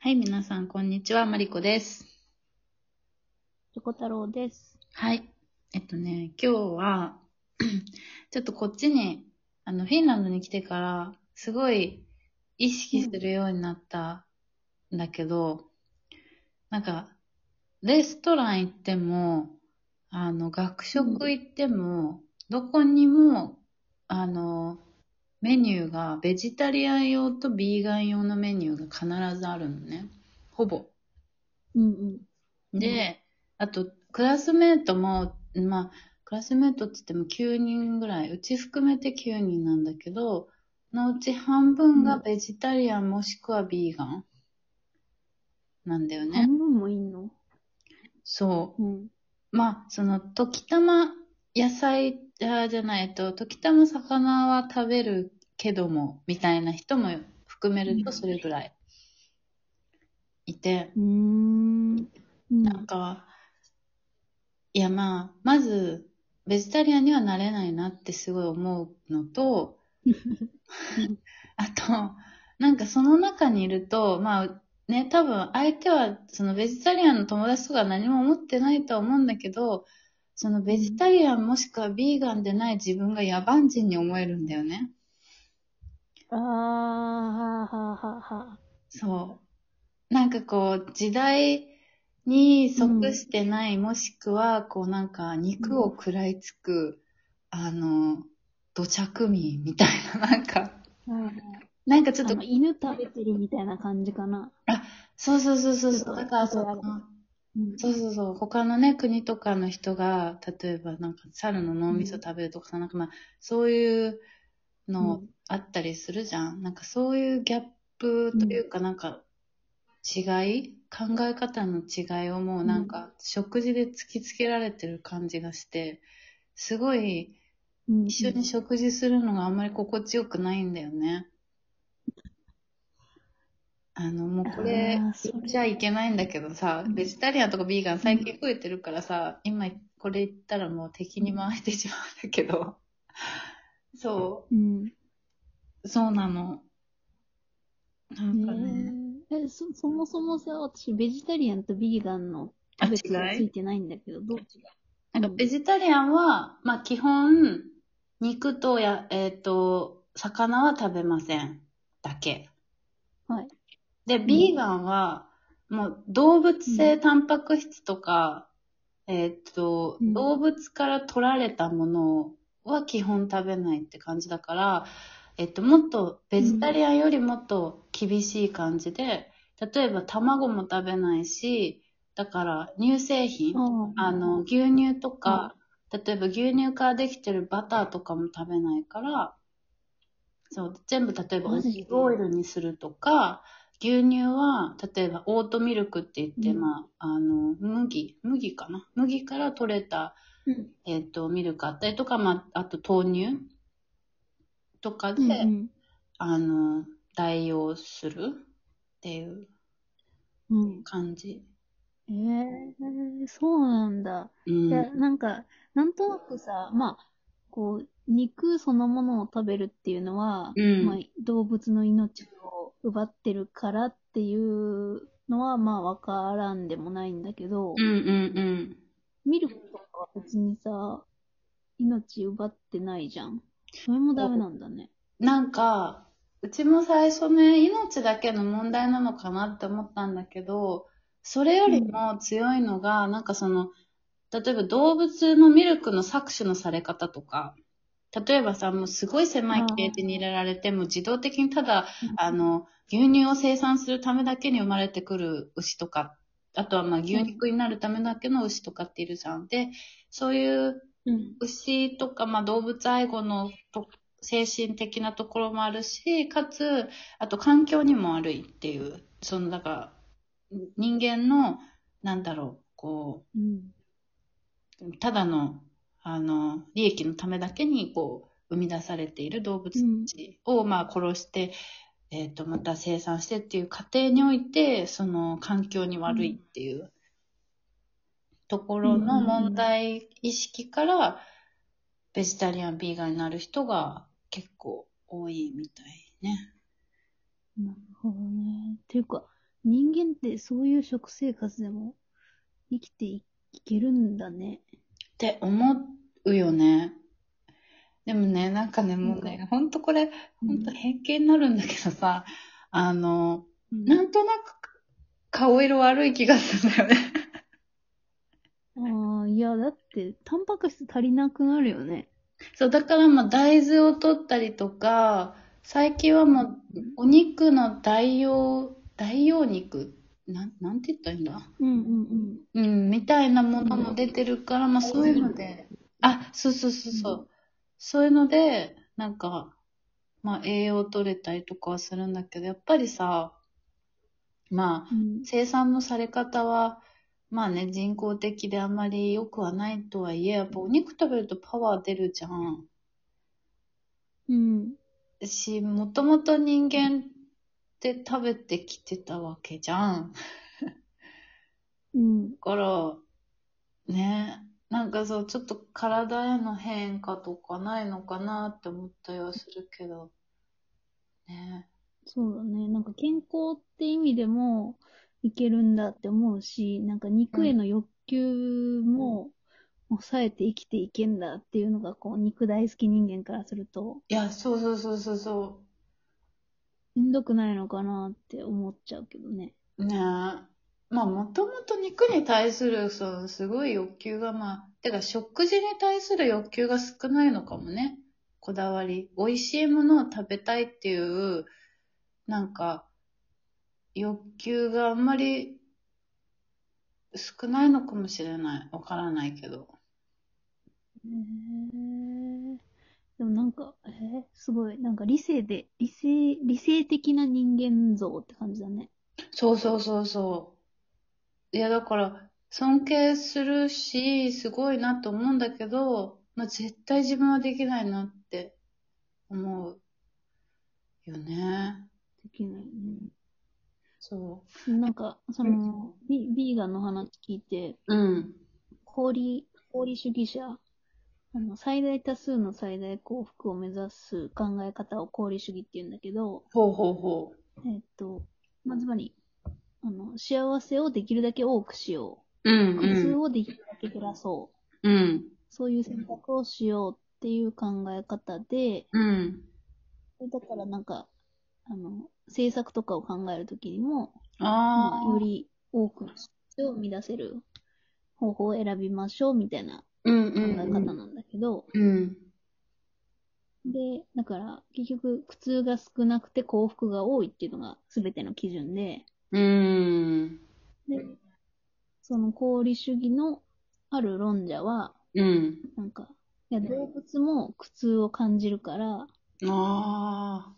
はい、皆さん、こんにちは。マリコです。チョコ太郎です。はい。えっとね、今日は、 ちょっとこっちに、あの、フィンランドに来てから、すごい意識するようになったんだけど、なんか、レストラン行っても、あの、学食行っても、どこにも、あの、メニューが、ベジタリアン用とビーガン用のメニューが必ずあるのね。ほぼ。うんうん。で、あと、クラスメートも、まあ、クラスメートって言っても9人ぐらい、うち含めて9人なんだけど、のうち半分がベジタリアンもしくはビーガンなんだよね。半分もいんのそうん。う。まあ、その、時たま野菜、あじゃないえっと、時たま魚は食べるけども、みたいな人も含めるとそれぐらいいて、うーん。うんなんか、いやまあ、まず、ベジタリアンにはなれないなってすごい思うのと、あと、なんかその中にいると、まあね、多分相手はそのベジタリアンの友達とか何も思ってないとは思うんだけど、そのベジタリアンもしくはビーガンでない自分が野蛮人に思えるんだよね。あー、はーはーはーはそう。なんかこう、時代に即してない、もしくは、こうなんか、肉を食らいつく、あの、土着民みたいな、 なんか、ーはいはい。なんかちちょっと、犬食べてるみたいな感じかな。そうそうそうそうちょっそう、とだからそそうだうね、うん。そうそうそう、他のね、国とかの人が、例えばなんか、猿の脳みそ食べるとかさ、なんかまあ、そういうのうんあったりするじゃん。なんかそういうギャップというか、なんか違い、考え方の違いをもうなんか食事で突きつけられてる感じがして、すごいうん一緒に食事するのがあんまり心地よくないんだよね。あの、もうこれあーそれ、じゃいけないんだけどさ、うんベジタリアンとかビーガン最近増えてるからさ、今これ言ったらもう敵に回してしまうんだけど。そうん。う、そうなの。なんかね。えーえそ、そもそもさ、私、ベジタリアンとビーガンの区別があ違いついてないんだけど、どう違うなんかベジタリアンは、まあ基本、肉とや、えっ、と、魚は食べません。だけ。はい。で、ビーガンは、もう動物性タンパク質とか、えっ、と、うん動物から取られたものは基本食べないって感じだから、えっ、と、もっと、ベジタリアンよりもっと厳しい感じで、例えば卵も食べないし、だから乳製品、あの、牛乳とか、例えば牛乳からできてるバターとかも食べないから、そう、全部例えばオマジリでーブオイルにするとか、牛乳は、例えばオートミルクって言って、うんまあ、あの、麦、麦かな麦から取れた、うんえっ、と、ミルクあったりとか、まあ、あと豆乳とかで、うんうんあの、代用するっていううん。感じ。えー、そうなんだ。うん。いや、なんか、なんとなくさ、まあ、こう、肉そのものを食べるっていうのは、うんまあ、動物の命を奪ってるからっていうのは、まあ、わからんでもないんだけど、うんうんうん。ミルクとかは別にさ、命奪ってないじゃん。それもダメなんだね。なんか、うちも最初ね、命だけの問題なのかなって思ったんだけど、それよりも強いのが、なんかその、例えば動物のミルクの搾取のされ方とか、例えばさ、もうすごい狭いケージに入れられて、もう自動的にただ、あの、牛乳を生産するためだけに生まれてくる牛とか、あとはまあ牛肉になるためだけの牛とかっているじゃん。で、そういううん。牛とか、まあ、動物愛護のと精神的なところもあるし、かつ、あと環境にも悪いっていう、その、だから、人間の、なんだろう、こうん。う、ただの、あの、利益のためだけに、こう、生み出されている動物たちを、まあ、殺して、えっ、と、また生産してっていう過程において、その、環境に悪いっていう、ところの問題意識から、ベジタリアン、ビーガンになる人が結構多いみたいね。なるほどね。っていうか、人間ってそういう食生活でも生きていけるんだね。って思うよね。でもね、なんかね、もうね、ほんとこれ、ほんと偏見になるんだけどさ、あの、うんなんとなく顔色悪い気がするんだよね。ああ、いや、だって、タンパク質足りなくなるよね。 そう、だからまあ大豆を取ったりとか、最近はもうお肉の代用、代用肉なん、なんて言ったらいいんだうんうんうん。うん、みたいなものも出てるから、まあそういうので、あ、そうそうそうそう、うそういうので、なんか、まあ栄養取れたりとかはするんだけど、やっぱりさ、まあうん、生産のされ方は、まあね、人工的であまり良くはないとはいえ、やっぱお肉食べるとパワー出るじゃん。うん、し、もともと人間って食べてきてたわけじゃん。うん。だから、ね、なんかそう、ちょっと体への変化とかないのかなって思ったりはするけど、ね。そうだね。なんか健康って意味でもいけるんだって思うし、なんか肉への欲求も抑えて生きていけんだっていうのが、こう、肉大好き人間からすると、いや、そうそうそうそうそしんどくないのかなって思っちゃうけどね。う。ねまあ、もともと肉に対する、その、すごい欲求が、まあ、てか、食事に対する欲求が少ないのかもね。こだわり。美味しいものを食べたいっていう、なんか、欲求があんまり少ないのかもしれない。わからないけど。へーでもなんか、えーすごい、なんか理性で、理性、理性的な人間像って感じだね。そうそうそうそう。いや、だから、尊敬するし、すごいなと思うんだけど、まあ、絶対自分はできないなって思うよね。できないね。そなんか、その、ビビーガンの話聞いて、う。うん。功利、功利主義者、あの、最大多数の最大幸福を目指す考え方を功利主義って言うんだけど、ほうほうほえっと、まあ、つまり、あの、幸せをできるだけ多くしよう。うんう。う苦痛ん。をできるだけ減らそう。うん。そういう選択をしようっていう考え方で、うん。だからなんか、あの、政策とかを考えるときにも、まああ、より多くの幸せを生み出せる方法を選びましょうみたいなあ。うん考うえん。方なんだけど、うん。で、だから、結局、苦痛が少なくて幸福が多いっていうのが全ての基準で、うん。で、その功利主義のある論者は、うん。なんか、いや、動物も苦痛を感じるから、ああ。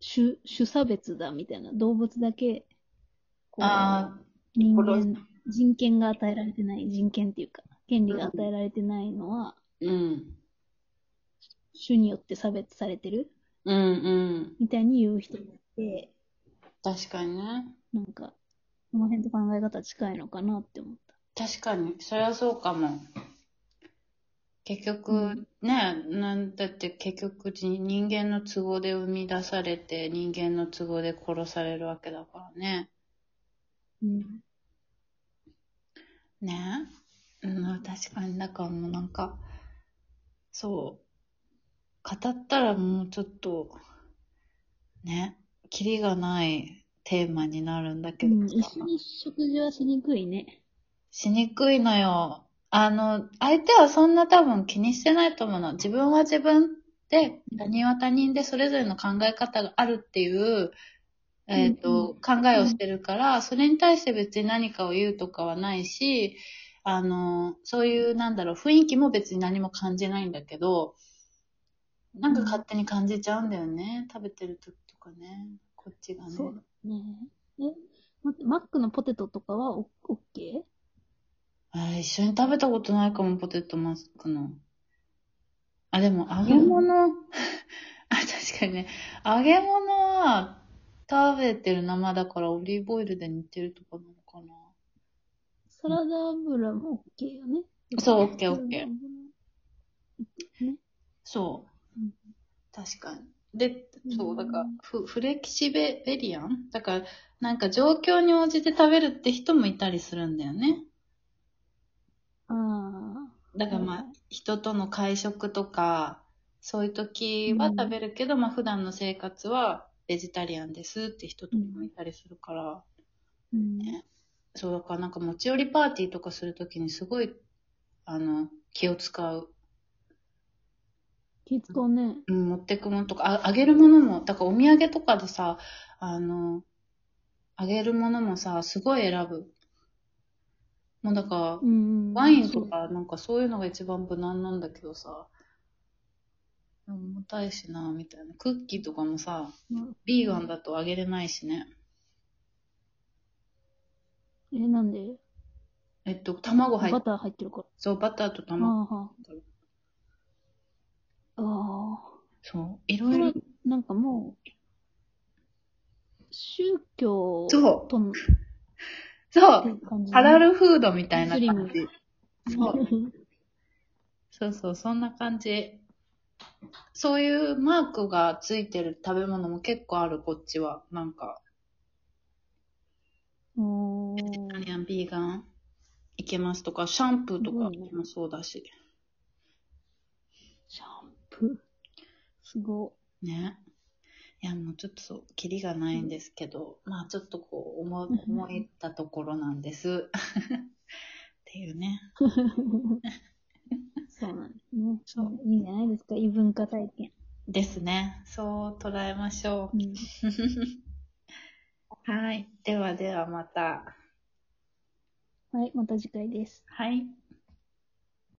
種、種差別だみたいな、動物だけ、こああ。う、人殺間、人権が与えられてない、人権っていうか、権利が与えられてないのは、うん。種によって差別されてるうんうん。みたいに言う人もいて、確かにね。なんか、この辺と考え方近いのかなって思った。確かに、そりゃそうかも。結局、うんね、なんだって結局人人間の都合で生み出されて、人間の都合で殺されるわけだからね。うん。ね。うん、確かに、だからもうなんか、そう、語ったらもうちょっと、ね、キリがないテーマになるんだけど。一緒に食事はしにくいね。しにくいのよ。あの、相手はそんな多分気にしてないと思うの。自分は自分で、他人は他人で、それぞれの考え方があるっていう、えっ、と、考えをしてるから、それに対して別に何かを言うとかはないし、あの、そういう、なんだろう、雰囲気も別に何も感じないんだけど、なんか勝手に感じちゃうんだよね。食べてる時とかね。こっちがね。そうだね。え、待って、マックのポテトとかはオオッケーあー一緒に食べたことないかも、ポテトマスクの。あ、でも揚げ物、 あ、確かにね。揚げ物は食べてる生だからオリーブオイルで煮てるとかなのかな。サラダ油もオッケーよね。そう、オッケーオッサラダケー油。そううん。確かに。で、そうう、んだから、フフレキシベベリアンだから、なんか状況に応じて食べるって人もいたりするんだよね。ああ。だからまあ、人との会食とか、そういう時は食べるけど、まあ普段の生活はベジタリアンですって人とかもいたりするから、うん。そう、だからなんか持ち寄りパーティーとかするときにすごい、あの、気を使う。気使うね。うん、持ってくものとか、ああげるものも、だからお土産とかでさ、あの、あげるものもさ、すごい選ぶ。もうだから、うん。ワインとか、なんかそういうのが一番無難なんだけどさ、でも重たいしな、みたいな。クッキーとかもさ、そう。ビーガンだとあげれないしね。え、なんでえっと、卵入っバター入ってるから。そう、バターとあ卵。あ。あそう、いあ。ろいそれろ。、なんかもう、宗教そう、とのっそうて感じ。ハラルフードみたいなス感リじ。そうそうそう、そんな感じ。そういうマークがついてる食べ物も結構ある、こっちは。なんか、おーイタリアン、ビーガン、いけますとか、シャンプーとかもそうだし。シャンプー。すごね。いや、もうちょっとそう、キリがないんですけど、まあちょっとこう、思い、思いったところなんです。 っていうね。い。 そうなんですね。そういいんじゃないですか、異文化体験。ですね。そう捉えましょうんう。はい。ではではまた。はい、また次回です。はい。